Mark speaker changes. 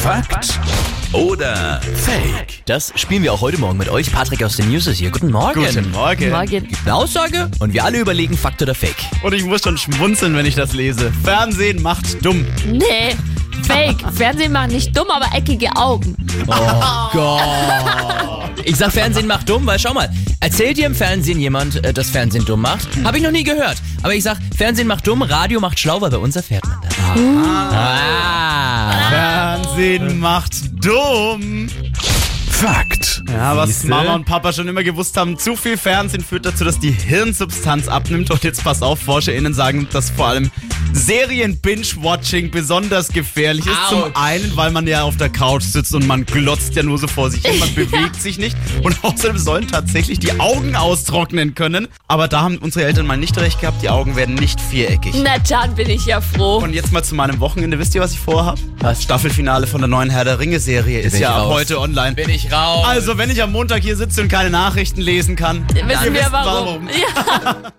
Speaker 1: Fakt oder Fake?
Speaker 2: Das spielen wir auch heute Morgen mit euch. Patrick aus den News ist hier. Guten Morgen.
Speaker 3: Guten Morgen.
Speaker 2: Gibt Eine Aussage und wir alle überlegen, Fakt oder Fake.
Speaker 3: Und ich muss schon schmunzeln, wenn ich das lese. Fernsehen macht dumm.
Speaker 4: Nee, Fake. Fernsehen macht nicht dumm, aber eckige Augen.
Speaker 2: Oh Ich sag, Fernsehen macht dumm, weil schau mal, erzählt dir im Fernsehen jemand, äh, dass Fernsehen dumm macht? Habe ich noch nie gehört. Aber ich sag, Fernsehen macht dumm, Radio macht schlau, weil bei uns erfährt man das. Ah.
Speaker 3: Fernsehen macht dumm.
Speaker 1: Fakt.
Speaker 3: Ja, was
Speaker 2: Siehste?
Speaker 3: Mama und Papa schon immer gewusst haben, zu viel Fernsehen führt dazu, dass die Hirnsubstanz abnimmt. Und jetzt pass auf, ForscherInnen sagen, dass vor allem Serien-Binge-Watching besonders gefährlich ist.
Speaker 2: Autsch.
Speaker 3: Zum einen, weil man ja auf der Couch sitzt und man glotzt ja nur so vor sich hin, man bewegt sich nicht. Und außerdem sollen tatsächlich die Augen austrocknen können. Aber da haben unsere Eltern mal nicht recht gehabt, die Augen werden nicht viereckig.
Speaker 4: Na dann bin ich ja froh.
Speaker 3: Und jetzt mal zu meinem Wochenende. Wisst ihr, was ich vorhab? Das Staffelfinale von der neuen Herr der Ringe-Serie ist
Speaker 2: bin
Speaker 3: ja
Speaker 2: ich
Speaker 3: ab
Speaker 2: raus.
Speaker 3: heute online.
Speaker 2: Bin ich raus.
Speaker 3: Also, wenn ich am Montag hier sitze und keine Nachrichten lesen kann,
Speaker 4: Wissen
Speaker 3: ihr
Speaker 4: wir
Speaker 3: wisst
Speaker 4: warum. Ja.